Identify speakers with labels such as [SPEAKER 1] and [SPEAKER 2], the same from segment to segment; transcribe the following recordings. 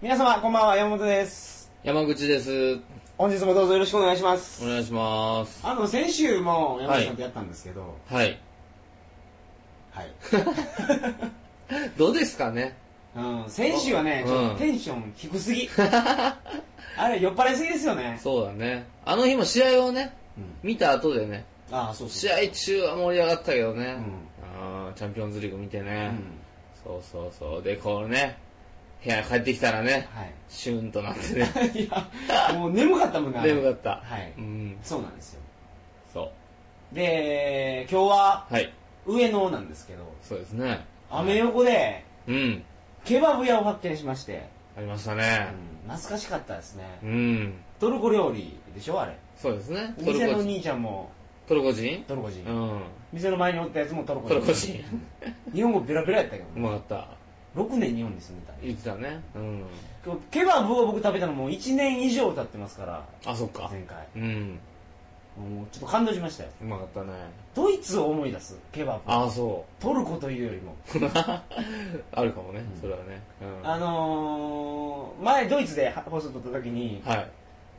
[SPEAKER 1] 皆様、こんばんは、山本です。
[SPEAKER 2] 山口です。
[SPEAKER 1] 本日もどうぞよろしくお願いします
[SPEAKER 2] お。願いします。
[SPEAKER 1] あの、先週も山本さんとやったんですけど、
[SPEAKER 2] はい。
[SPEAKER 1] はい。
[SPEAKER 2] どうですかね
[SPEAKER 1] うん、先週はね、ちょっ
[SPEAKER 2] う
[SPEAKER 1] と
[SPEAKER 2] ん
[SPEAKER 1] テンション低す ぎ。あれ、酔っ払いすぎですよね。
[SPEAKER 2] そうだね。あの日も試合をね、
[SPEAKER 1] うん
[SPEAKER 2] 見た後でね、
[SPEAKER 1] ああ、そうそう。
[SPEAKER 2] 試合中は盛り上がったけどね、
[SPEAKER 1] う
[SPEAKER 2] あーチャンピオンズリーグ見て
[SPEAKER 1] う
[SPEAKER 2] ね、
[SPEAKER 1] ん。
[SPEAKER 2] そうそうそう。で、こうね、部屋帰ってきたらね、
[SPEAKER 1] は
[SPEAKER 2] シュンとなってね、
[SPEAKER 1] い。いや、もう眠かったもんな。
[SPEAKER 2] 眠かった。
[SPEAKER 1] はい
[SPEAKER 2] うん、
[SPEAKER 1] そうなんですよ。
[SPEAKER 2] そ
[SPEAKER 1] で、今日は
[SPEAKER 2] う。はい、
[SPEAKER 1] 上野なんですけど、
[SPEAKER 2] そうですね。
[SPEAKER 1] アメ横で、
[SPEAKER 2] うん、
[SPEAKER 1] ケバブ屋を発見しまして、
[SPEAKER 2] ありました
[SPEAKER 1] う
[SPEAKER 2] ね。
[SPEAKER 1] ん、懐かしかったですね
[SPEAKER 2] う。ん、
[SPEAKER 1] トルコ料理でしょ、あれ。
[SPEAKER 2] そうですね。
[SPEAKER 1] お
[SPEAKER 2] トル
[SPEAKER 1] 店の
[SPEAKER 2] コ人。
[SPEAKER 1] 兄ちゃんも
[SPEAKER 2] トルコ人
[SPEAKER 1] トルコ人、
[SPEAKER 2] うん、
[SPEAKER 1] 店の前におったやつもトルコ人
[SPEAKER 2] トルコ人。
[SPEAKER 1] 日本語ペラペラやったけど
[SPEAKER 2] う
[SPEAKER 1] ね、
[SPEAKER 2] まかった。
[SPEAKER 1] 6年日本に住んでた
[SPEAKER 2] 言ってたね。うん。
[SPEAKER 1] 今日ケバブを僕食べたのも1年以上経ってますから
[SPEAKER 2] あ、そっか。
[SPEAKER 1] 前回
[SPEAKER 2] うん。
[SPEAKER 1] もうちょっと感動しましたよ
[SPEAKER 2] うまかったね。
[SPEAKER 1] ドイツを思い出すケバブ
[SPEAKER 2] ああ、そ
[SPEAKER 1] トルコというよりも、
[SPEAKER 2] う。 あるかもね、それはね。うん。
[SPEAKER 1] あのー、前ドイツで放送撮った時に
[SPEAKER 2] はい。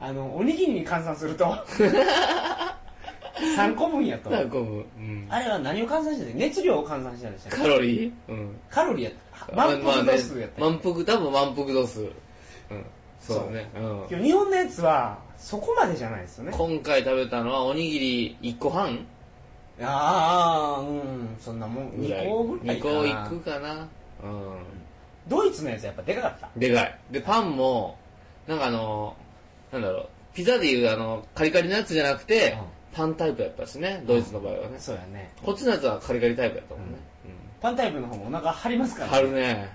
[SPEAKER 1] あのおにぎりに換算する と3個分やと
[SPEAKER 2] なんかこう、うん。
[SPEAKER 1] あれは何を換算してた熱量を換算してたんでしたっけ
[SPEAKER 2] カロリーうん。
[SPEAKER 1] カロリーやった満
[SPEAKER 2] まあ
[SPEAKER 1] 腹度数やった
[SPEAKER 2] まあね満腹、多分満腹度数。うん。そうだね。うん。
[SPEAKER 1] 今日日本のやつはそこまでじゃないですよね
[SPEAKER 2] 今回食べたのはおにぎり1個半
[SPEAKER 1] ああうんそんなもん
[SPEAKER 2] ぐら
[SPEAKER 1] 2
[SPEAKER 2] い。
[SPEAKER 1] 個ぐらいかな
[SPEAKER 2] 2個いくかな。う
[SPEAKER 1] ドイツのやつやっぱでかかった
[SPEAKER 2] ん。でかい。で、パンも、なんかあの、なんだろう、ピザでいうあの、カリカリのやつじゃなくて、パンタイプやったしね、ドイツの場合はね。
[SPEAKER 1] そうやね
[SPEAKER 2] こっちのやつはカリカリタイプやと思うね。
[SPEAKER 1] パンタイプの方もお腹張ります
[SPEAKER 2] う
[SPEAKER 1] か
[SPEAKER 2] ん。
[SPEAKER 1] ら、ね、
[SPEAKER 2] 貼るね。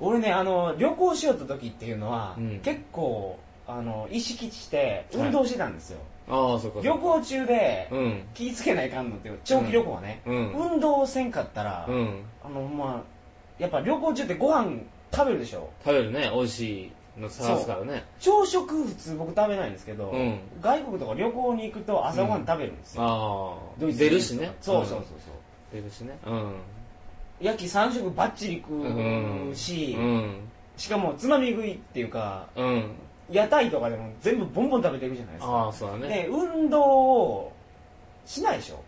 [SPEAKER 1] 俺ねあの旅行しようった時っていうのは、
[SPEAKER 2] うん
[SPEAKER 1] 結構あの意識して
[SPEAKER 2] はい
[SPEAKER 1] 運動してたんですよ、
[SPEAKER 2] ああ、そっか。
[SPEAKER 1] 旅行中で、
[SPEAKER 2] うん。
[SPEAKER 1] 気ぃつけないかんのって長期旅行はね、
[SPEAKER 2] うん
[SPEAKER 1] 運動せんかったら、
[SPEAKER 2] うん。
[SPEAKER 1] あのまあやっぱ旅行中ってご飯食べるでしょ
[SPEAKER 2] 食べるね、美味しいの探すからね。
[SPEAKER 1] 朝食普通僕食べないんですけど、
[SPEAKER 2] うん
[SPEAKER 1] 外国とか旅行に行くと朝ごはん食べるんですよ、
[SPEAKER 2] あ
[SPEAKER 1] ド
[SPEAKER 2] あ。
[SPEAKER 1] イツ
[SPEAKER 2] 出るしね。
[SPEAKER 1] そうそうそう
[SPEAKER 2] う
[SPEAKER 1] そう、
[SPEAKER 2] ん。出るしね。うん。
[SPEAKER 1] 焼き3食ばっちり食うし、
[SPEAKER 2] うん。
[SPEAKER 1] しかもつまみ食いっていうか
[SPEAKER 2] うん。
[SPEAKER 1] 屋台とかでも全部ボンボン食べていくじゃないですか
[SPEAKER 2] ああ、そうだ
[SPEAKER 1] で
[SPEAKER 2] ね。
[SPEAKER 1] 運動をしないでしょ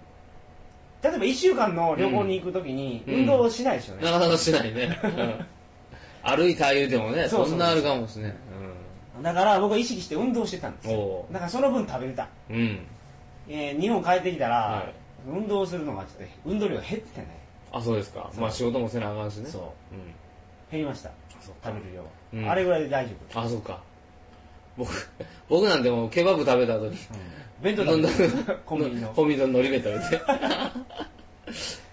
[SPEAKER 1] 例えば1週間の旅行に行く時に
[SPEAKER 2] うん
[SPEAKER 1] 運動をしないでしょね、
[SPEAKER 2] なかなかしないね。うん歩いた言うてもね、
[SPEAKER 1] そうそうそう
[SPEAKER 2] そんなあるかもしれない。
[SPEAKER 1] だから僕は意識して運動してたんですよ
[SPEAKER 2] おう
[SPEAKER 1] だからその分食べれた、
[SPEAKER 2] うん。うん。
[SPEAKER 1] えー日本帰ってきたら、
[SPEAKER 2] はい
[SPEAKER 1] 運動するのがちょっと運動量が減ってね
[SPEAKER 2] あ、そうですか。
[SPEAKER 1] そう
[SPEAKER 2] まあ仕事もせなあかんしね。
[SPEAKER 1] そう
[SPEAKER 2] う。うん。
[SPEAKER 1] 減りました
[SPEAKER 2] そうか
[SPEAKER 1] 食べる量は、
[SPEAKER 2] うん
[SPEAKER 1] あれぐらいで大丈
[SPEAKER 2] あ、そうか。僕、僕なんてもうケバブ食べた後に、
[SPEAKER 1] 夫、弁当食べてるコンビニの
[SPEAKER 2] コンビニののり弁食べて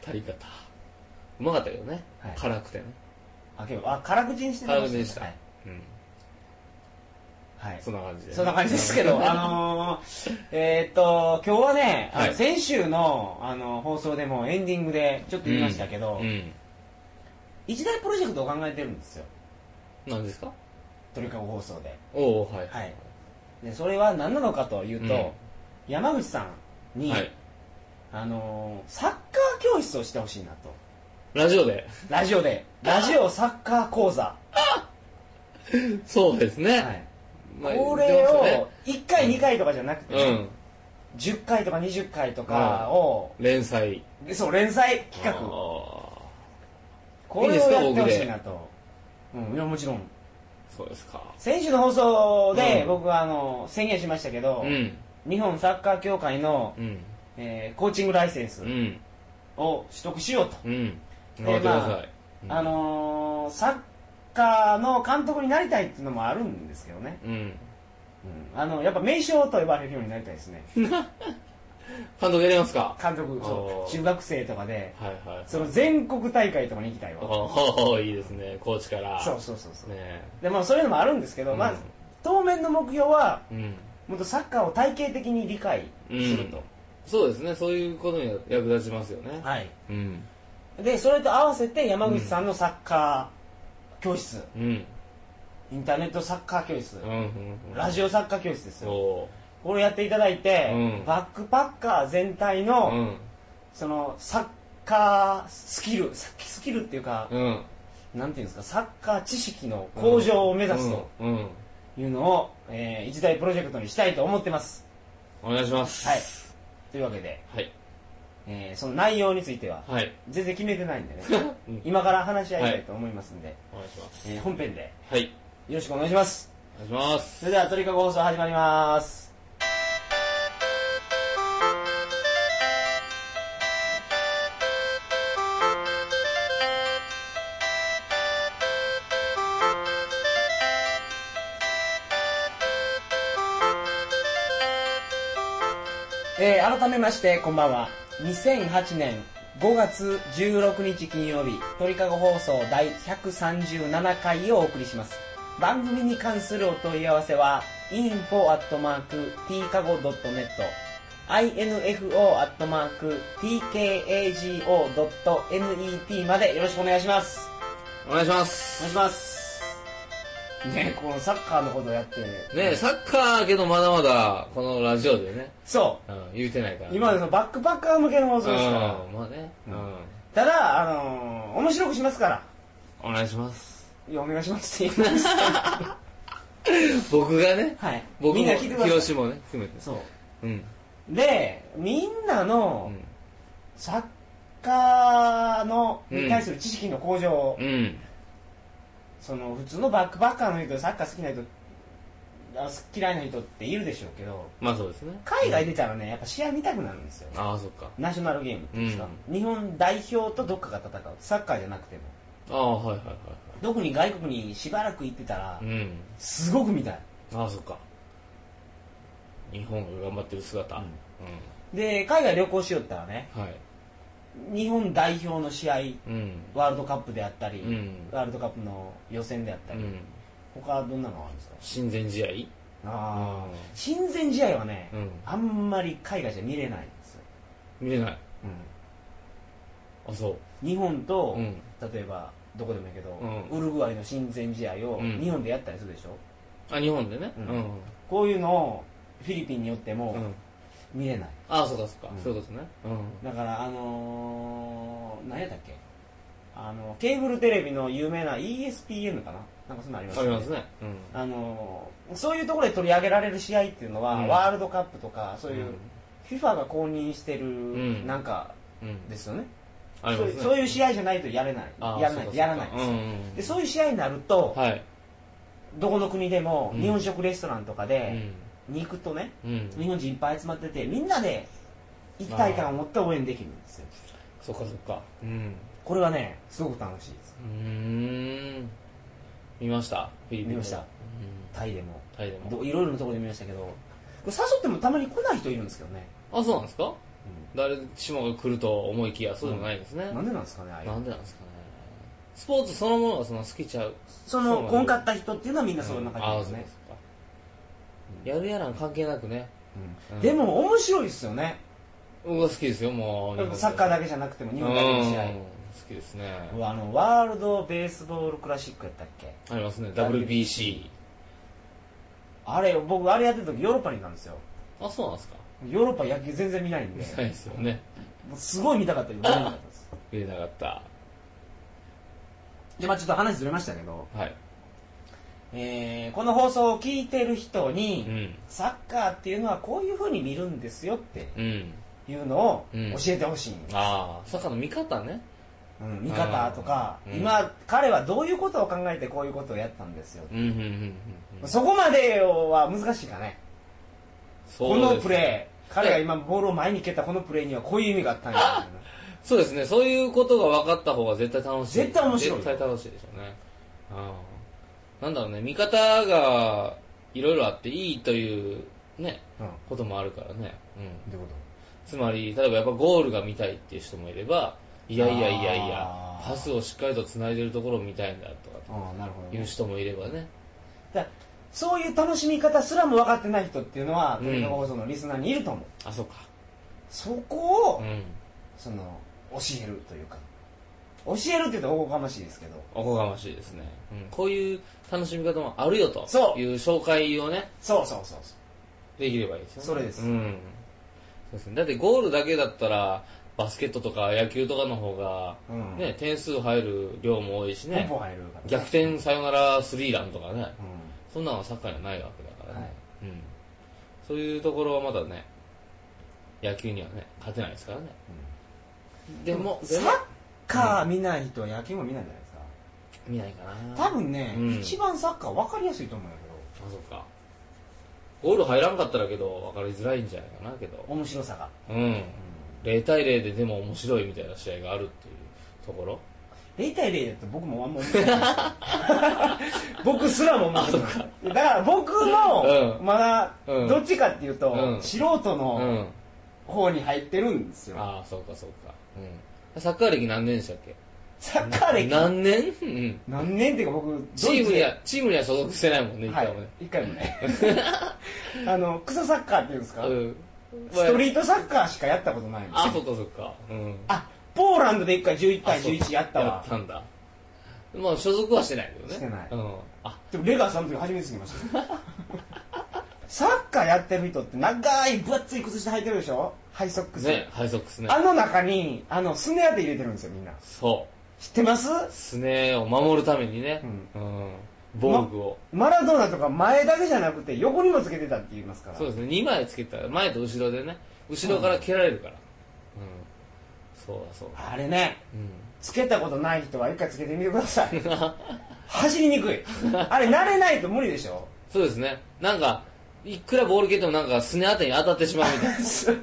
[SPEAKER 2] 足り方うまかったけどね、
[SPEAKER 1] はい
[SPEAKER 2] 辛くてね
[SPEAKER 1] あけどあ辛口にして
[SPEAKER 2] 辛口でした、
[SPEAKER 1] はい、
[SPEAKER 2] うん、
[SPEAKER 1] はい
[SPEAKER 2] そんな感じで、
[SPEAKER 1] そんな感じですけど、あのー、えーっと、今日はね、あの
[SPEAKER 2] はい
[SPEAKER 1] 先週のあの放送でもエンディングでちょっと言いましたけど、
[SPEAKER 2] うんうん
[SPEAKER 1] 一大プロジェクトを考えてるんですよ、
[SPEAKER 2] 何ですか
[SPEAKER 1] 鳥かご放送で。
[SPEAKER 2] おおはい
[SPEAKER 1] はい。で、それは何なのかというと、
[SPEAKER 2] うん
[SPEAKER 1] 山口さんに、
[SPEAKER 2] はい
[SPEAKER 1] あのーサッカー教室をしてほしいなと。
[SPEAKER 2] ラジ オで
[SPEAKER 1] ラジオで、ラジオサッカー講座。
[SPEAKER 2] そうですね、
[SPEAKER 1] はい。
[SPEAKER 2] まあ
[SPEAKER 1] これ
[SPEAKER 2] 言っ
[SPEAKER 1] を
[SPEAKER 2] て
[SPEAKER 1] 1回2回とかじゃなくて
[SPEAKER 2] ました
[SPEAKER 1] ね、
[SPEAKER 2] ね
[SPEAKER 1] 10回とか20回とかを、
[SPEAKER 2] うん連載
[SPEAKER 1] でそう、連載企画を
[SPEAKER 2] あ
[SPEAKER 1] これをやってほしいなと。うん、いや、もちろん。
[SPEAKER 2] ーそうですか
[SPEAKER 1] 先週の放送で
[SPEAKER 2] うん
[SPEAKER 1] 僕はあの宣言しましたけど
[SPEAKER 2] う、ん
[SPEAKER 1] 日本サッカー協会の、
[SPEAKER 2] うん
[SPEAKER 1] えーコーチングライセンス
[SPEAKER 2] うん
[SPEAKER 1] を取得しようと。
[SPEAKER 2] うん
[SPEAKER 1] で
[SPEAKER 2] 頑張ってください、うん
[SPEAKER 1] あのーサッカーの監督になりたいっていうのもあるんですけどね。
[SPEAKER 2] うん
[SPEAKER 1] うんあの、やっぱ名将と呼ばれるようになりたいですね。
[SPEAKER 2] 監督やりますか
[SPEAKER 1] 監督、そ
[SPEAKER 2] おー
[SPEAKER 1] う中学生とかで、
[SPEAKER 2] はいはい
[SPEAKER 1] その全国大会とかに行きたいわ。
[SPEAKER 2] おおいいですねコーチから
[SPEAKER 1] そうそうそうそう。
[SPEAKER 2] ね
[SPEAKER 1] で、まあそういうのもあるんですけど、まあ
[SPEAKER 2] うん
[SPEAKER 1] 当面の目標は、
[SPEAKER 2] えうん
[SPEAKER 1] もっとサッカーを体系的に理解すると。
[SPEAKER 2] そうですねそういうことに役立ちますよね
[SPEAKER 1] はい。
[SPEAKER 2] うん
[SPEAKER 1] で、それと合わせて山口さんのサッカー教室、
[SPEAKER 2] うん
[SPEAKER 1] インターネットサッカー教室、
[SPEAKER 2] うんうん
[SPEAKER 1] ラジオサッカー教室ですよ。
[SPEAKER 2] オ
[SPEAKER 1] これをやっていただいて、
[SPEAKER 2] うん
[SPEAKER 1] バックパッカー全体
[SPEAKER 2] う
[SPEAKER 1] の、
[SPEAKER 2] ん
[SPEAKER 1] そのサッカースキル、サッスキルっていうか、
[SPEAKER 2] うん
[SPEAKER 1] なんていうんですかサッカー知識の向上を目指すと
[SPEAKER 2] うん、うん
[SPEAKER 1] いうのを、えー一大プロジェクトにしたいと思ってます
[SPEAKER 2] お願いします
[SPEAKER 1] はいというわけで、
[SPEAKER 2] はい
[SPEAKER 1] えーその内容については
[SPEAKER 2] はい、
[SPEAKER 1] 全然決めてないんでね
[SPEAKER 2] うん
[SPEAKER 1] 今から話し合いたいと思いますんで、
[SPEAKER 2] お願いします
[SPEAKER 1] えー本編で
[SPEAKER 2] はい
[SPEAKER 1] よろしくお願いします
[SPEAKER 2] お願いします
[SPEAKER 1] それでは鳥かご放送始まりますえー改めましてこんばんは2008年5月16日金曜日鳥かご放送第137回をお送りします番組に関するお問い合わせは info.tkago.net info.tkago.net までよろしくお願いします
[SPEAKER 2] お願いしま
[SPEAKER 1] お
[SPEAKER 2] す
[SPEAKER 1] 願いしますねこのサッカーのことをやって
[SPEAKER 2] ねえサッカーけどまだまだこのラジオでね、
[SPEAKER 1] そ
[SPEAKER 2] うん、言うてないから
[SPEAKER 1] う今までそのバックパッカー向けの放
[SPEAKER 2] う
[SPEAKER 1] 送ですから
[SPEAKER 2] んまあね、
[SPEAKER 1] う
[SPEAKER 2] うんん
[SPEAKER 1] ただ、あのー面白くしますから。
[SPEAKER 2] お願いします
[SPEAKER 1] いや、お願いしますって言います。
[SPEAKER 2] 僕がね
[SPEAKER 1] はい。
[SPEAKER 2] 僕
[SPEAKER 1] み
[SPEAKER 2] も
[SPEAKER 1] んな聞いてください。
[SPEAKER 2] 広島もね含めて
[SPEAKER 1] そ
[SPEAKER 2] うん、
[SPEAKER 1] う。で、みんな
[SPEAKER 2] う
[SPEAKER 1] の
[SPEAKER 2] ん
[SPEAKER 1] サッカーの、に対する知識の向上を、
[SPEAKER 2] うん
[SPEAKER 1] その、普通のバックバッカーの人、サッカー好きな人、あ好き嫌いな人っているでしょうけど、
[SPEAKER 2] まあそうですね
[SPEAKER 1] 海外出たらね、やっぱ試合見たくなるんですよ。
[SPEAKER 2] ああそっか
[SPEAKER 1] ナショナルゲームっていうんですか、日本代表とどっかが戦う。サッカーじゃなくても。
[SPEAKER 2] ああはいはいは
[SPEAKER 1] 特に外国にしばらく行ってたら
[SPEAKER 2] いはい、うん
[SPEAKER 1] すごく見たい。
[SPEAKER 2] ああそっか日本が頑張ってる姿
[SPEAKER 1] う
[SPEAKER 2] うんん、
[SPEAKER 1] で、海外旅行しよったらね、
[SPEAKER 2] はい
[SPEAKER 1] 日本代表の試合、
[SPEAKER 2] うん
[SPEAKER 1] ワールドカップであったり、
[SPEAKER 2] うん
[SPEAKER 1] ワールドカップの予選であった
[SPEAKER 2] う
[SPEAKER 1] り、
[SPEAKER 2] ん
[SPEAKER 1] 他はどんなのがあるんですか
[SPEAKER 2] 親善試合
[SPEAKER 1] ああ、
[SPEAKER 2] うん
[SPEAKER 1] 親善試合はね、
[SPEAKER 2] うん
[SPEAKER 1] あんまり海外じゃ見れないんですよ、
[SPEAKER 2] 見れない
[SPEAKER 1] うん
[SPEAKER 2] あそう
[SPEAKER 1] 日本と、
[SPEAKER 2] うん
[SPEAKER 1] 例えばどこでもいいけど、
[SPEAKER 2] うん
[SPEAKER 1] ウルグアイの親善試合を
[SPEAKER 2] うん
[SPEAKER 1] 日本でやったりするでしょ、
[SPEAKER 2] あ日本でね
[SPEAKER 1] う
[SPEAKER 2] うんん、
[SPEAKER 1] こういうのをフィリピンによって
[SPEAKER 2] う
[SPEAKER 1] も
[SPEAKER 2] ん、
[SPEAKER 1] 見れない、
[SPEAKER 2] ああそうかそうか、
[SPEAKER 1] うん
[SPEAKER 2] そういうことねうん
[SPEAKER 1] だからあのー、何やったっけあのケーブルテレビの有名な ESPN かななんかそんなんあります
[SPEAKER 2] あ
[SPEAKER 1] よ
[SPEAKER 2] り
[SPEAKER 1] ね
[SPEAKER 2] ますねうん
[SPEAKER 1] あのそういうところで取り上げられる試合っていうのは、
[SPEAKER 2] うん
[SPEAKER 1] ワールドカップとかそういう、
[SPEAKER 2] うん
[SPEAKER 1] FIFA が公認してる
[SPEAKER 2] ん
[SPEAKER 1] なんか
[SPEAKER 2] うん
[SPEAKER 1] ですよね,
[SPEAKER 2] あり
[SPEAKER 1] そ
[SPEAKER 2] ま
[SPEAKER 1] う
[SPEAKER 2] す
[SPEAKER 1] いう、
[SPEAKER 2] ね
[SPEAKER 1] そういう試合じゃないとやれない
[SPEAKER 2] ああ
[SPEAKER 1] やらない
[SPEAKER 2] そうかそうか
[SPEAKER 1] やらないんです
[SPEAKER 2] う
[SPEAKER 1] よ
[SPEAKER 2] んうんうん
[SPEAKER 1] でそういう試合になると、
[SPEAKER 2] はい
[SPEAKER 1] どこの国でも
[SPEAKER 2] うん
[SPEAKER 1] 日本食レストランとかで、肉とね
[SPEAKER 2] うん、うん、
[SPEAKER 1] 日本人いっぱい集まっててみんなで一体感を持って応援できるんですよ
[SPEAKER 2] そっかそっかうん
[SPEAKER 1] これはねすごく楽しいです
[SPEAKER 2] うーん見ましたフィリピン
[SPEAKER 1] 見ました
[SPEAKER 2] うん
[SPEAKER 1] タイでも
[SPEAKER 2] タイで
[SPEAKER 1] ど
[SPEAKER 2] も
[SPEAKER 1] いろいろなところで見ましたけどこれ誘ってもたまに来ない人いるんですけどね、
[SPEAKER 2] あそうなんですか誰しもが来ると思いきやそうでもないんですね、
[SPEAKER 1] なんでなんですかねああいうの
[SPEAKER 2] なんでなんですかねスポーツそのものがその好きちゃう
[SPEAKER 1] その来んかった人っていうのはみんなそんな感じ
[SPEAKER 2] あ
[SPEAKER 1] で
[SPEAKER 2] あ
[SPEAKER 1] す
[SPEAKER 2] そうか
[SPEAKER 1] ね、
[SPEAKER 2] そうかやるやらん関係なくね
[SPEAKER 1] うん
[SPEAKER 2] うん
[SPEAKER 1] でも面白いですよね
[SPEAKER 2] 僕は好きですよもう日本で
[SPEAKER 1] サッカーだけじゃなくても日本代表の試
[SPEAKER 2] うん好きですね
[SPEAKER 1] 合あのワールド・ベースボール・クラシックやったっけ
[SPEAKER 2] ありますね WBC
[SPEAKER 1] あれ僕あれやってる時ヨーロッパにいたんですよ
[SPEAKER 2] あそうなんですか
[SPEAKER 1] ヨーロッパ野球全然見ないんで
[SPEAKER 2] 見ないですよね
[SPEAKER 1] もうすごい見たかったけど見れなかったです
[SPEAKER 2] 見れなかった
[SPEAKER 1] でまあちょっと話ずれましたけど、
[SPEAKER 2] はい
[SPEAKER 1] えーこの放送を聞いてる人に、
[SPEAKER 2] うん
[SPEAKER 1] サッカーっていうのはこういうふうに見るんですよって
[SPEAKER 2] うん
[SPEAKER 1] いうのを
[SPEAKER 2] うん
[SPEAKER 1] 教えてほしい、
[SPEAKER 2] ああサッカーの見方ね
[SPEAKER 1] うん、見方とか、
[SPEAKER 2] うん
[SPEAKER 1] 今彼はどういうことを考えてこういうことをやったんですよ、
[SPEAKER 2] うんうんうんうん
[SPEAKER 1] そこまでは難しいかねこのプレー彼が今ボールを前に蹴ったこのプレーにはこういう意味があったんやみたいな
[SPEAKER 2] ーそうですねそういうことが分かった方が絶対楽しい
[SPEAKER 1] 絶対面白い
[SPEAKER 2] 絶対楽しいでしょうねうんなんだろうね見方がいろいろあっていいというね
[SPEAKER 1] うん
[SPEAKER 2] こともあるからねうん
[SPEAKER 1] どういうこ
[SPEAKER 2] つまり例えばやっぱゴールが見たいっていう人もいればいやいやいやい
[SPEAKER 1] あ
[SPEAKER 2] や
[SPEAKER 1] ー
[SPEAKER 2] パスをしっかりとつないでるところを見たいんだとか
[SPEAKER 1] とああなるほどね、
[SPEAKER 2] いう人もいればね
[SPEAKER 1] だからそういう楽しみ方すらも分かってない人っていうのは
[SPEAKER 2] うん
[SPEAKER 1] 鳥かご放送のリスナーにいると思う、
[SPEAKER 2] あそうか
[SPEAKER 1] そこを、
[SPEAKER 2] うん
[SPEAKER 1] その教えるというか教えるって言うとおこがましいですけど
[SPEAKER 2] おこがましいですね、うん、こういう楽しみ方もあるよと
[SPEAKER 1] そう
[SPEAKER 2] いう紹介をね
[SPEAKER 1] そうそうそうそう
[SPEAKER 2] できればいいですよね
[SPEAKER 1] それです
[SPEAKER 2] うんそうですね、だってゴールだけだったらバスケットとか野球とかの方が、
[SPEAKER 1] うん
[SPEAKER 2] ね、点数入る量も多いし
[SPEAKER 1] ポン
[SPEAKER 2] ね
[SPEAKER 1] ポン入るからね
[SPEAKER 2] 逆転サヨナラスリーランとかね、
[SPEAKER 1] う
[SPEAKER 2] そんなのはサッカーにはないわけだからね、
[SPEAKER 1] はい
[SPEAKER 2] うん、そういうところはまだね野球にはね勝てないですからね、でも
[SPEAKER 1] ん
[SPEAKER 2] で
[SPEAKER 1] サッ
[SPEAKER 2] も
[SPEAKER 1] カー見ない人は野球も見ないんじゃないですか
[SPEAKER 2] 見ないかな
[SPEAKER 1] 多分ね、
[SPEAKER 2] うん
[SPEAKER 1] 一番サッカー分かりやすいと思うんだけ
[SPEAKER 2] あ
[SPEAKER 1] ど
[SPEAKER 2] そっかゴール入らんかったらけど分かりづらいんじゃないかなけど
[SPEAKER 1] 面白さが、
[SPEAKER 2] うん
[SPEAKER 1] う
[SPEAKER 2] 0対0ででも面白いみたいな試合があるっていうところ
[SPEAKER 1] ん、0対0だと僕もあんま思ってないですよ僕すらも思ってないだから僕の、
[SPEAKER 2] う
[SPEAKER 1] まだ
[SPEAKER 2] うん
[SPEAKER 1] どっちかっていうと、
[SPEAKER 2] うん
[SPEAKER 1] 素人
[SPEAKER 2] う
[SPEAKER 1] の
[SPEAKER 2] ん
[SPEAKER 1] 方に入ってるんですよ、
[SPEAKER 2] ああそうかそうかうんサッカー歴何年でしたっけ
[SPEAKER 1] サッカー歴
[SPEAKER 2] 何年、うん、
[SPEAKER 1] 何年っていうか僕
[SPEAKER 2] チームにはチームには所属してないもんね一
[SPEAKER 1] はい
[SPEAKER 2] 回もね、
[SPEAKER 1] 一回もね あの草サッカーっていうんですか、
[SPEAKER 2] うん
[SPEAKER 1] ストリートサッカーしかやったことないんですよ
[SPEAKER 2] あそっかそっかうん
[SPEAKER 1] あポーランドで1回11対11やった
[SPEAKER 2] や
[SPEAKER 1] わ
[SPEAKER 2] ったんだまあ所属はしてないけどね
[SPEAKER 1] してない
[SPEAKER 2] うん、あ
[SPEAKER 1] でもレガーさんの時初めて知りました よサッカーやってる人って長い分厚い靴下履いてるでしょハイソックス、
[SPEAKER 2] ねハイソックスね
[SPEAKER 1] あの中にあのスネアで入れてるんですよみんな
[SPEAKER 2] そ
[SPEAKER 1] 知ってます
[SPEAKER 2] うスネを守るためにねうん、防具を
[SPEAKER 1] マラドーナとか前だけじゃなくて横にもつけてたって言いますから
[SPEAKER 2] そうですね2枚つけたら前と後ろでね後ろから蹴られるからうん、そうだそうだ
[SPEAKER 1] あれね
[SPEAKER 2] うん
[SPEAKER 1] つけたことない人は一回つけてみてくださ い走りにくいあれ慣れないと無理でしょ
[SPEAKER 2] そうですねなんかいくらボール蹴ってもなんかスネあたりに当たってしまうみ たい
[SPEAKER 1] す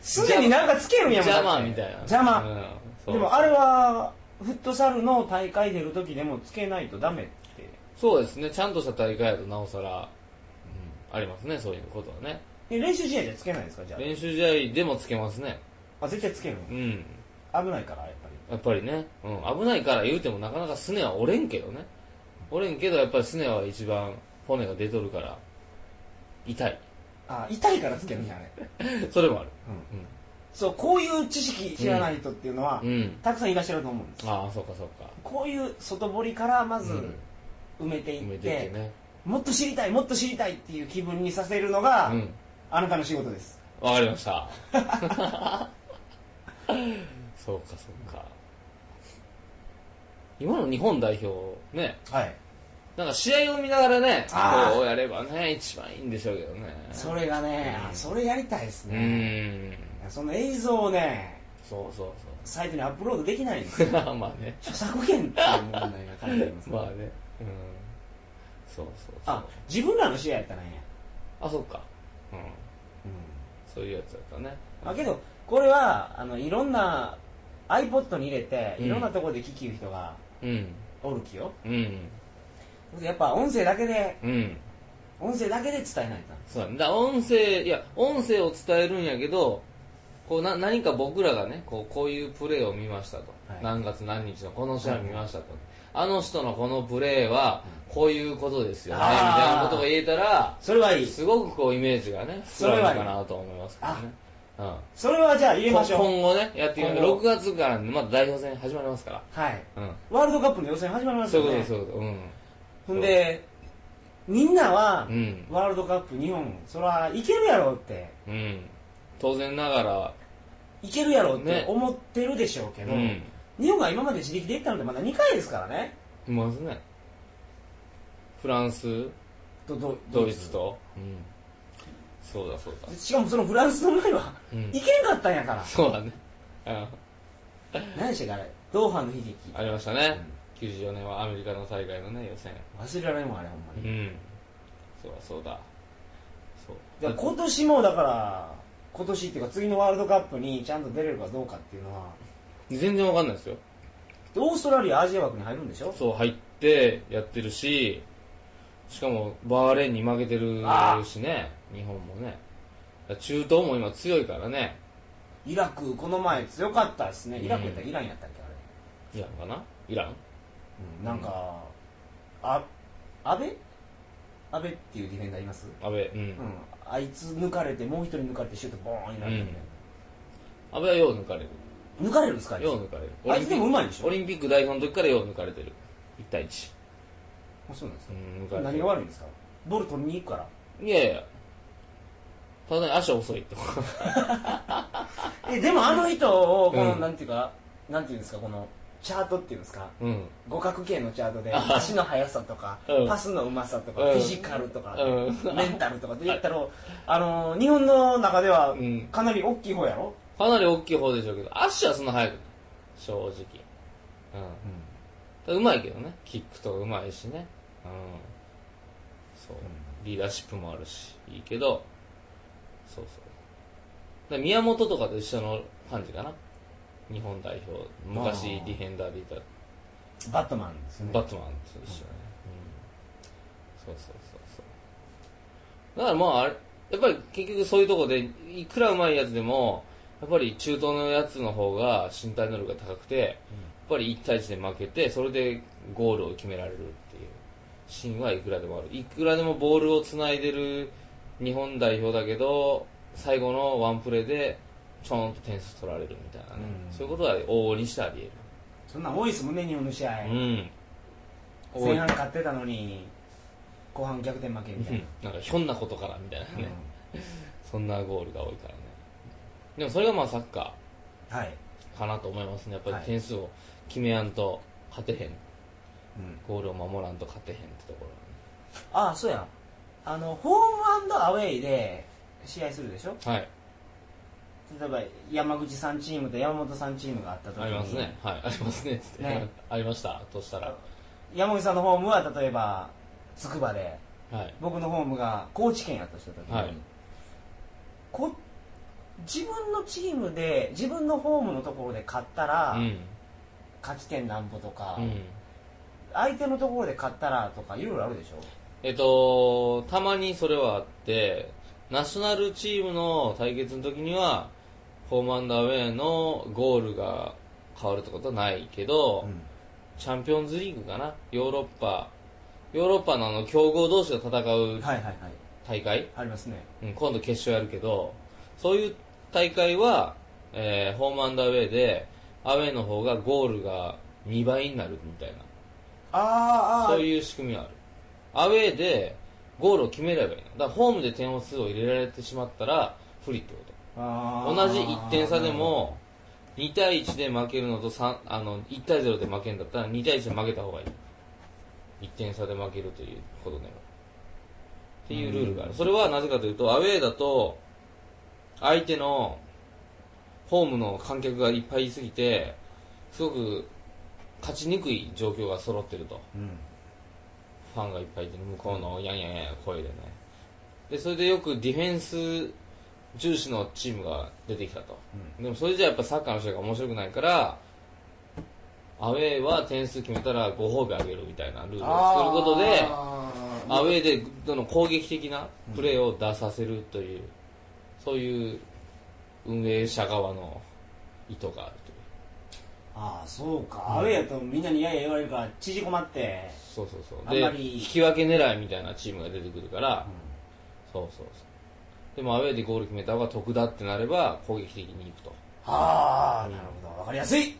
[SPEAKER 1] すでになんかつけるん
[SPEAKER 2] な
[SPEAKER 1] やもん
[SPEAKER 2] 邪
[SPEAKER 1] だっ
[SPEAKER 2] 魔
[SPEAKER 1] て
[SPEAKER 2] みたいな
[SPEAKER 1] 邪魔、
[SPEAKER 2] うんそう
[SPEAKER 1] でもあれはフットサルの大会出る時でもつけないとダメって
[SPEAKER 2] そうですねちゃんとした大会やとなおさら、うん、ありますねそういうことはね
[SPEAKER 1] え練習試合じゃつけないですかじゃ
[SPEAKER 2] 練習試合でもつけますね
[SPEAKER 1] ああ絶対つけるの
[SPEAKER 2] うん
[SPEAKER 1] 危ないからやっぱり
[SPEAKER 2] やっぱりね、うん、危ないから言うてもなかなかスネは折れんけどね折れんけどやっぱりスネは一番骨が出とるから痛い
[SPEAKER 1] あ痛いからつけるんじゃない、
[SPEAKER 2] それもある
[SPEAKER 1] そうこういう知識知らない人っていうのは、
[SPEAKER 2] うん、うん、
[SPEAKER 1] たくさんいらっしゃると思うんです
[SPEAKER 2] ああそうかそうか
[SPEAKER 1] こういう外堀からまず
[SPEAKER 2] うん
[SPEAKER 1] 埋めてい
[SPEAKER 2] 埋
[SPEAKER 1] っ
[SPEAKER 2] め
[SPEAKER 1] て,、
[SPEAKER 2] ていってね
[SPEAKER 1] もっと知りたいもっと知りたいっていう気分にさせるのが、
[SPEAKER 2] うん
[SPEAKER 1] あなたの仕事です
[SPEAKER 2] わかりました そうかそうか今の日本代表ね
[SPEAKER 1] はい
[SPEAKER 2] なんか試合を見ながらね
[SPEAKER 1] あー
[SPEAKER 2] こうやればね一番いいんでしょうけどね
[SPEAKER 1] それがね、
[SPEAKER 2] うん
[SPEAKER 1] あそれやりたいです
[SPEAKER 2] う
[SPEAKER 1] ね、
[SPEAKER 2] ん
[SPEAKER 1] その映像をね
[SPEAKER 2] そうそう
[SPEAKER 1] サイトにアップロードできないん ですよ
[SPEAKER 2] そうまあね
[SPEAKER 1] 著作権っていう問題が絡んでいます、ね、
[SPEAKER 2] まあね、うん。そうそうそう。
[SPEAKER 1] あ自分らの試合やったらいいんや、
[SPEAKER 2] あ、そうか。うん。
[SPEAKER 1] う
[SPEAKER 2] そういうやつだったね。
[SPEAKER 1] んあけどこれはあのいろんな iPod に入れて
[SPEAKER 2] うん
[SPEAKER 1] いろんなところで聞きる人が
[SPEAKER 2] うん。
[SPEAKER 1] おるきよ、
[SPEAKER 2] うん。
[SPEAKER 1] やっぱ音声だけで
[SPEAKER 2] うん。
[SPEAKER 1] 音声だけで伝えないと
[SPEAKER 2] そうだね。だから音声、いや、音声を伝えるんやけど、こうな何か僕らがねこう、こういうプレーを見ましたと、
[SPEAKER 1] はい
[SPEAKER 2] 何月何日のこの試合を見ましたと、あの人のこのプレーはこういうことですよね、み
[SPEAKER 1] あー
[SPEAKER 2] たいなことが言えたら、
[SPEAKER 1] それはいい
[SPEAKER 2] すごくこうイメージがね、
[SPEAKER 1] そ
[SPEAKER 2] 膨
[SPEAKER 1] れ
[SPEAKER 2] ら
[SPEAKER 1] はいい
[SPEAKER 2] むかなと思いますけどね。うん
[SPEAKER 1] それはじゃあ入れましょう
[SPEAKER 2] 今後ね、やっていく
[SPEAKER 1] 今後
[SPEAKER 2] 6月からねまだ代表戦始まりますから。
[SPEAKER 1] はい
[SPEAKER 2] うん。
[SPEAKER 1] ワールドカップの予選始まります
[SPEAKER 2] そう
[SPEAKER 1] よ
[SPEAKER 2] い
[SPEAKER 1] ね
[SPEAKER 2] うことです、そういうこと。うん。
[SPEAKER 1] ほんでみんなは、
[SPEAKER 2] うん。
[SPEAKER 1] ワールドカップ日本そらいけるやろうって
[SPEAKER 2] うん。当然ながら、
[SPEAKER 1] いけるやろうって
[SPEAKER 2] ね
[SPEAKER 1] 思ってるでしょうけ
[SPEAKER 2] う
[SPEAKER 1] ど、
[SPEAKER 2] ん。
[SPEAKER 1] 日本が今まで自力で行ったのでまだ2回ですからね
[SPEAKER 2] いますね。フランス、
[SPEAKER 1] とド
[SPEAKER 2] ドイツと。うん。そうだそうだ。
[SPEAKER 1] しかもそのフランスの前は
[SPEAKER 2] うん
[SPEAKER 1] 行け。んかったんやから
[SPEAKER 2] そうだね。うん。
[SPEAKER 1] 何でしたっけあれドーハの悲劇
[SPEAKER 2] ありましたね。94年はアメリカの大会のね、予選。
[SPEAKER 1] 忘れられんもんあれほんま
[SPEAKER 2] う
[SPEAKER 1] に
[SPEAKER 2] ん。そうだそうだ。そう。
[SPEAKER 1] だから今年もだから今年っていうか次のワールドカップにちゃんと出れるかどうかっていうのは
[SPEAKER 2] 全然わかんないですよ。
[SPEAKER 1] でオーストラリアアジア枠に入るんでしょ
[SPEAKER 2] そう入ってやってるししかもバーレーンに負けてる
[SPEAKER 1] ああ
[SPEAKER 2] しね日本もね中東も今強いからね
[SPEAKER 1] イラクこの前強かったですねイラクやったら
[SPEAKER 2] うん
[SPEAKER 1] イランやったっけあれ、
[SPEAKER 2] イランかなイラン
[SPEAKER 1] うんなんか、あ安倍安倍っていうディフェンダーいます、
[SPEAKER 2] 安倍うん、
[SPEAKER 1] うん、あいつ抜かれてもう一人抜かれてシュートボーンになるみたい
[SPEAKER 2] 安倍はよう抜かれる
[SPEAKER 1] な、抜かれるんですかあいつ
[SPEAKER 2] よう抜かれる
[SPEAKER 1] あいつでもうまいでしょ
[SPEAKER 2] オリンピック代表の時からよう抜かれてる1対1、
[SPEAKER 1] あそうなんです
[SPEAKER 2] う
[SPEAKER 1] か、
[SPEAKER 2] ん、抜かれて
[SPEAKER 1] 何
[SPEAKER 2] る
[SPEAKER 1] が悪いんですかボール取りに行くから
[SPEAKER 2] いやいやただ足遅いと
[SPEAKER 1] えでもあの人をこの、
[SPEAKER 2] うん
[SPEAKER 1] なんていうかなんていうんですかこのチャートっていうんですか
[SPEAKER 2] うん。
[SPEAKER 1] 五角形のチャートで
[SPEAKER 2] あは
[SPEAKER 1] 足の速さとか、
[SPEAKER 2] うん
[SPEAKER 1] パスのうまさとか、
[SPEAKER 2] うん
[SPEAKER 1] フィジカルとか、
[SPEAKER 2] うん
[SPEAKER 1] メンタルとかで言ったら、あの日本の中では
[SPEAKER 2] うん
[SPEAKER 1] かなり大きい方やろ、
[SPEAKER 2] かなり大きい方でしょうけど、アッシュはそんな速くない。正直。うん。うまいけどねキックとかうまいしねうんそうリーダーシップもあるしいいけどそうそうで宮本とかと一緒の感じかな日本代表昔
[SPEAKER 1] あー
[SPEAKER 2] ディフェンダーでいた
[SPEAKER 1] バットマンですね
[SPEAKER 2] バットマンと一緒ね、うん、そうそうそうそうだからまああれやっぱり結局そういうとこでいくらうまいやつでもやっぱり中東のやつの方が身体能力が高くて、やっぱり1対1で負けてそれでゴールを決められるっていうシーンはいくらでもあるいくらでもボールをつないでる日本代表だけど最後のワンプレーでちょんと点数取られるみたいなね、
[SPEAKER 1] うん
[SPEAKER 2] そういうことは往々にしてあり
[SPEAKER 1] そんなん多いですもんね日本の試合、
[SPEAKER 2] 得る、うん多い
[SPEAKER 1] 前半勝ってたのに後半逆転負けみたいな、
[SPEAKER 2] なんかひょんなことからみたいな
[SPEAKER 1] うん
[SPEAKER 2] ね、そんなゴールが多いからねでもそれがまあサッカ
[SPEAKER 1] はい、
[SPEAKER 2] ーかなと思いますねやっぱり
[SPEAKER 1] はい
[SPEAKER 2] 点数を決めやんと勝てへん
[SPEAKER 1] うん
[SPEAKER 2] ゴールを守らんと勝てへんってところ
[SPEAKER 1] ああそうやあのホームアウェイで試合するでしょ
[SPEAKER 2] はね
[SPEAKER 1] 例えば山口さんチームと山本さんチームがあった時に
[SPEAKER 2] はいありますねはいありますねつって、
[SPEAKER 1] ね
[SPEAKER 2] ありましたとしたら
[SPEAKER 1] 山口さんのホームは例えばつくばで
[SPEAKER 2] はい
[SPEAKER 1] 僕のホームが高知県やったとした時に、
[SPEAKER 2] はい
[SPEAKER 1] こ自分のチームで自分のホームのところで勝ったら、
[SPEAKER 2] うん
[SPEAKER 1] 勝ち点なんぼとか、
[SPEAKER 2] うん
[SPEAKER 1] 相手のところで勝ったらとかいろいろあるでしょ
[SPEAKER 2] えっとたまにそれはあってナショナルチームの対決の時にはホームアンダーウェイのゴールが変わるってことはないけど、チャンピオンズリーグかな、ヨーロッパ、ヨーロッパのあの強豪同士が戦う
[SPEAKER 1] はいはいはい
[SPEAKER 2] 大会、
[SPEAKER 1] ありますね
[SPEAKER 2] うん、今度決勝やるけど、そういう大会は、えーホームアンダーウェイで、アウェイの方がゴールが2倍になるみたいな、
[SPEAKER 1] あーあ
[SPEAKER 2] そう
[SPEAKER 1] ー
[SPEAKER 2] いう仕組みはある。アウェイでゴールを決めればいいの。だからホームで点数を入れられてしまったら不利ってこと。
[SPEAKER 1] あー
[SPEAKER 2] 同じ1点差でも2対1で負けるのと3あの1対0で負けるんだったら2対1で負けた方がいい1点差で負けるということでもっていうルールがあるそれはなぜかというとアウェーだと相手のホームの観客がいっぱいいすぎてすごく勝ちにくい状況が揃ってると
[SPEAKER 1] うん
[SPEAKER 2] ファンがいっぱいいて向こうのやんやんやん声でねでそれでよくディフェンス重視のチームが出てきたと、でもそれじゃやっぱサッカーの試合が面白くないからアウェーは点数決めたらご褒美あげるみたいなルールを作ることでアウェーでどの攻撃的なプレーを出させるという、そういう運営者側の意図があるという
[SPEAKER 1] ああそうか、アウェーやとみんなに嫌や言われるから縮こまって
[SPEAKER 2] そうそうそう
[SPEAKER 1] あ
[SPEAKER 2] で
[SPEAKER 1] んまり
[SPEAKER 2] 引き分け狙いみたいなチームが出てくるから、そうそうそうでもアウェーでゴール決めた方が得だってなれば攻撃的にいくと
[SPEAKER 1] はあなるほどわかりやすい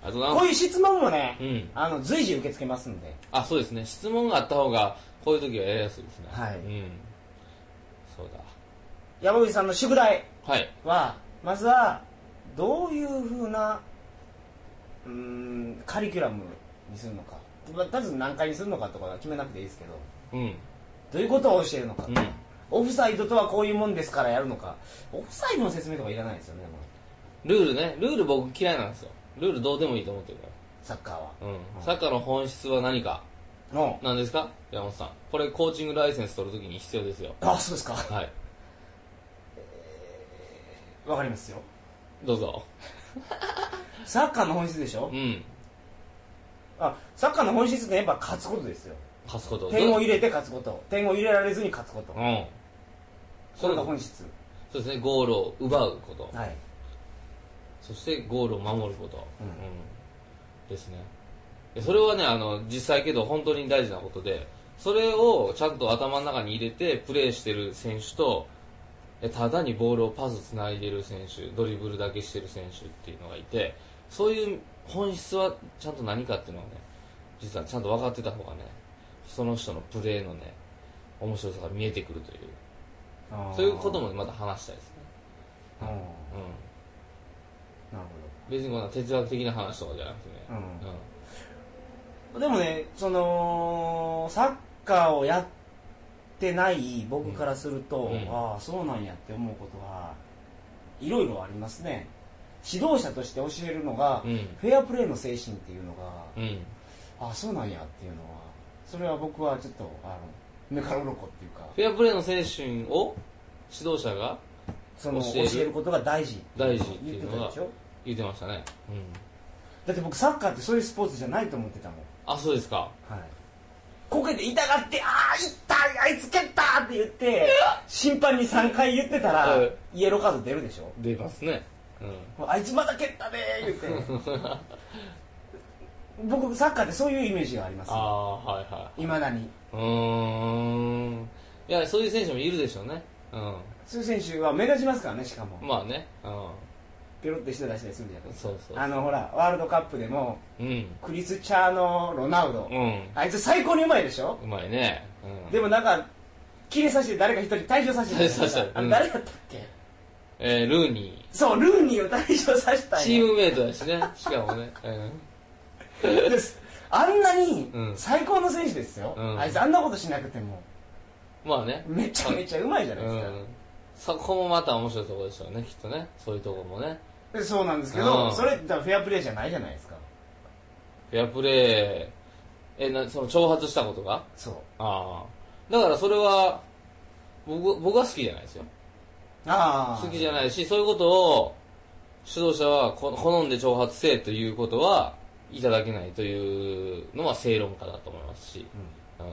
[SPEAKER 2] あとな
[SPEAKER 1] こういう質問もね、
[SPEAKER 2] うん
[SPEAKER 1] あの随時受け付けますんで
[SPEAKER 2] あそうですね質問があった方がこういう時はやりやすいですね
[SPEAKER 1] はい
[SPEAKER 2] うんそう
[SPEAKER 1] 山口さんの宿題
[SPEAKER 2] だはい
[SPEAKER 1] はまずはどういうふうなうーんカリキュラムにするのかままず何回にするのかとかは決めなくていいですけど
[SPEAKER 2] うんうん
[SPEAKER 1] どういうことを教えるのか、オフサイドとはこういうもんですからやるのかオフサイドの説明とかいらないですよねもう
[SPEAKER 2] ルールねルール僕嫌いなんですよルールどうでもいいと思ってるか
[SPEAKER 1] サッカーは
[SPEAKER 2] らうん、サッカーの本質は何か
[SPEAKER 1] の
[SPEAKER 2] 何ですか山本さんこれコーチングライセンス取るときに必要ですよ
[SPEAKER 1] あそうですか
[SPEAKER 2] はい
[SPEAKER 1] わかりますよ
[SPEAKER 2] どうぞ
[SPEAKER 1] サッカーの本質でしょ
[SPEAKER 2] うん
[SPEAKER 1] あサッカーの本質ってやっぱ勝つことですよ
[SPEAKER 2] 貸すこと
[SPEAKER 1] 点を入れて勝つこと点を入れられずに勝つこと
[SPEAKER 2] うん
[SPEAKER 1] それが本質
[SPEAKER 2] そうですねゴールを奪うこと
[SPEAKER 1] はい
[SPEAKER 2] そしてゴールを守ること、
[SPEAKER 1] うん
[SPEAKER 2] ですねでそれはねあの実際けど本当に大事なことでそれをちゃんと頭の中に入れてプレーしてる選手とえただにボールをパスつないでる選手ドリブルだけしてる選手っていうのがいてそういう本質はちゃんと何かっていうのをね実はちゃんと分かってた方がねその人のプレーのね面白さが見えてくるというそういうこともまた話したいですね
[SPEAKER 1] うん
[SPEAKER 2] うん
[SPEAKER 1] なる
[SPEAKER 2] 別にこんな哲学的な話とかじゃなくてね、
[SPEAKER 1] うん
[SPEAKER 2] うん
[SPEAKER 1] ほどでもねそのサッカーをやってない僕からすると、
[SPEAKER 2] うん
[SPEAKER 1] ああそうなんやって思うことはいろいろありますね指導者として教えるのが、
[SPEAKER 2] うん
[SPEAKER 1] フェアプレーの精神っていうのが
[SPEAKER 2] うん
[SPEAKER 1] ああそうなんやっていうのはそれは僕はちょっとあの目から鱗っていうか
[SPEAKER 2] フェアプレーの精神を指導者が
[SPEAKER 1] その
[SPEAKER 2] 教
[SPEAKER 1] 教
[SPEAKER 2] え
[SPEAKER 1] え
[SPEAKER 2] る
[SPEAKER 1] ることが大事
[SPEAKER 2] 大事っていうの
[SPEAKER 1] 言
[SPEAKER 2] が
[SPEAKER 1] ってたでしょ
[SPEAKER 2] 言ってましたね、うん、
[SPEAKER 1] だって僕サッカーってそういうスポーツじゃないと思ってたもん
[SPEAKER 2] あそうですか
[SPEAKER 1] はいこけて痛がって「ああ痛いあいつ蹴った!」って言って審判に3回言ってたら
[SPEAKER 2] うん
[SPEAKER 1] イエローカード出るでしょ
[SPEAKER 2] 出ますね、うん、
[SPEAKER 1] あいつまだ蹴ったねー言って僕サッカーってそういうイメージがありま
[SPEAKER 2] あ
[SPEAKER 1] す
[SPEAKER 2] あはいはい
[SPEAKER 1] まだに
[SPEAKER 2] いうーんいやそういう選手もいるでしょうねうん
[SPEAKER 1] そういう選手は目立ちますからねしかも
[SPEAKER 2] まあねうん
[SPEAKER 1] ペロって人出したりするじゃないですか
[SPEAKER 2] そうそう
[SPEAKER 1] あのほらワールドカップでも
[SPEAKER 2] うん
[SPEAKER 1] クリスチャーノ・ロナウド、
[SPEAKER 2] うん
[SPEAKER 1] あいつ最高にうまいでしょ
[SPEAKER 2] うまいねうん
[SPEAKER 1] でもなんか切れさせて誰か一人退場させて
[SPEAKER 2] 退場させた
[SPEAKER 1] あれ
[SPEAKER 2] うん
[SPEAKER 1] 誰だったっけ、
[SPEAKER 2] えールーニ
[SPEAKER 1] そうルーニーを退場させたんや
[SPEAKER 2] ーチームメイトだしね しかもね
[SPEAKER 1] ですあんなに
[SPEAKER 2] うん
[SPEAKER 1] 最高の選手ですよ、
[SPEAKER 2] うん
[SPEAKER 1] あいつあんなことしなくても
[SPEAKER 2] うんまあね
[SPEAKER 1] めちゃめちゃうまいじゃ
[SPEAKER 2] う
[SPEAKER 1] ないですか、
[SPEAKER 2] んそこもまた面白いところでしょうねきっとねそういうところもね
[SPEAKER 1] でそうなんですけど、
[SPEAKER 2] うん
[SPEAKER 1] それって多分フェアプレーじゃないじゃないですか
[SPEAKER 2] フェアプレーえなその挑発したことが
[SPEAKER 1] そう
[SPEAKER 2] ああだからそれは僕僕は好きじゃないですよ
[SPEAKER 1] ああ
[SPEAKER 2] 好きじゃないしそういうことを指導者はこ好んで挑発せえということはいただけないというのは正論家だと思いますし、うん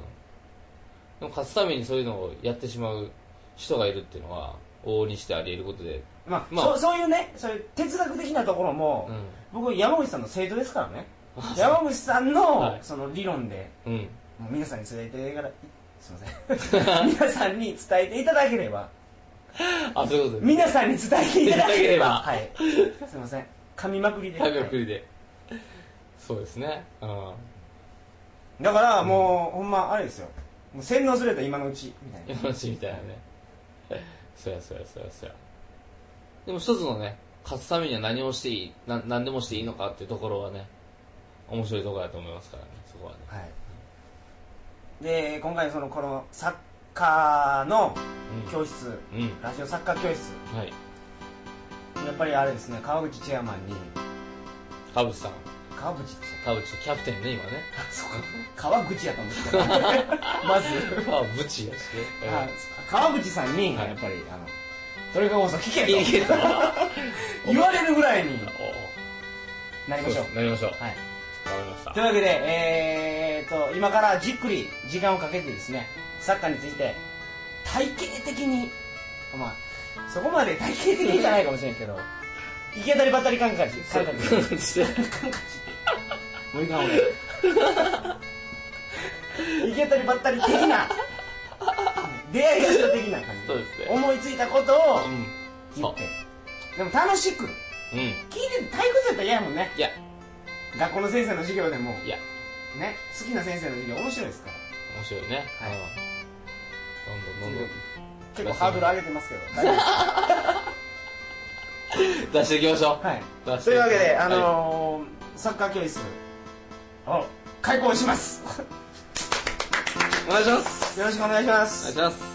[SPEAKER 2] でも勝つためにそういうのをやってしまう人がいるっていうのは往々にしてあり得ることで、
[SPEAKER 1] まあ、
[SPEAKER 2] まあ
[SPEAKER 1] そうそういうねそういう哲学的なところも、
[SPEAKER 2] う
[SPEAKER 1] 僕山口さんの生徒ですからね山口さんの、
[SPEAKER 2] はい
[SPEAKER 1] その理論で
[SPEAKER 2] んうん、
[SPEAKER 1] もう皆さんに伝えてからすいませ ん皆さんに伝えていただければ
[SPEAKER 2] あそういうこと です
[SPEAKER 1] 皆さんに伝えていただければ
[SPEAKER 2] いた
[SPEAKER 1] はいすいません噛みまくりで、
[SPEAKER 2] タイムフリでそうですね、うん、
[SPEAKER 1] だからもう、ほんまあれですよもう洗脳すれた今のうちみた いな
[SPEAKER 2] 山梨みたいなね そやそやそやそやでも一つのね勝つためには何をしていいな何でもしていいのかっていうところはね面白いところだと思いますからねそこはね
[SPEAKER 1] はいで今回そのこのサッカーの教室、
[SPEAKER 2] うん、うん
[SPEAKER 1] ラジオサッカー教室
[SPEAKER 2] はい
[SPEAKER 1] やっぱりあれですね川口チェアマンに
[SPEAKER 2] 川淵さん
[SPEAKER 1] 川口でしたっ
[SPEAKER 2] 川淵キャプテンね 今ね
[SPEAKER 1] けあそうか川口やったんですけど まず
[SPEAKER 2] 川淵やしね
[SPEAKER 1] あ川口さんに、
[SPEAKER 2] はい
[SPEAKER 1] やっぱりあの鳥かご放送聞け
[SPEAKER 2] いい
[SPEAKER 1] と
[SPEAKER 2] けどお
[SPEAKER 1] 言われるぐらいになり
[SPEAKER 2] お
[SPEAKER 1] ましょう
[SPEAKER 2] なりましょう
[SPEAKER 1] はい、
[SPEAKER 2] わかりました
[SPEAKER 1] というわけで、えー、と今からじっくり時間をかけてですねサッカーについて体系的にまあそこまで体系的じゃないかもしれんけど行き当たりばったり感覚
[SPEAKER 2] そ
[SPEAKER 1] 感覚も
[SPEAKER 2] うして
[SPEAKER 1] ういかん俺行き当たりばったり的な出会い頭的な感じ
[SPEAKER 2] そうですね
[SPEAKER 1] 思いついたことを
[SPEAKER 2] うん
[SPEAKER 1] 言
[SPEAKER 2] そ
[SPEAKER 1] ってでも楽しく
[SPEAKER 2] ううんい
[SPEAKER 1] 聞いてて退屈だったら嫌やもんね
[SPEAKER 2] や
[SPEAKER 1] 学校の先生の授業でも
[SPEAKER 2] いや
[SPEAKER 1] ね好きな先生の授業面白いですから
[SPEAKER 2] 面白いね、
[SPEAKER 1] はい
[SPEAKER 2] うんどんどんどんどん
[SPEAKER 1] 結構ハードル上げてますけど大丈夫ですか
[SPEAKER 2] 出していきましょう、
[SPEAKER 1] はい
[SPEAKER 2] 出して
[SPEAKER 1] というわけであ
[SPEAKER 2] はい
[SPEAKER 1] のーサッカー教室を開校します
[SPEAKER 2] お願いします
[SPEAKER 1] よろしくお願いしま
[SPEAKER 2] お願い
[SPEAKER 1] す
[SPEAKER 2] します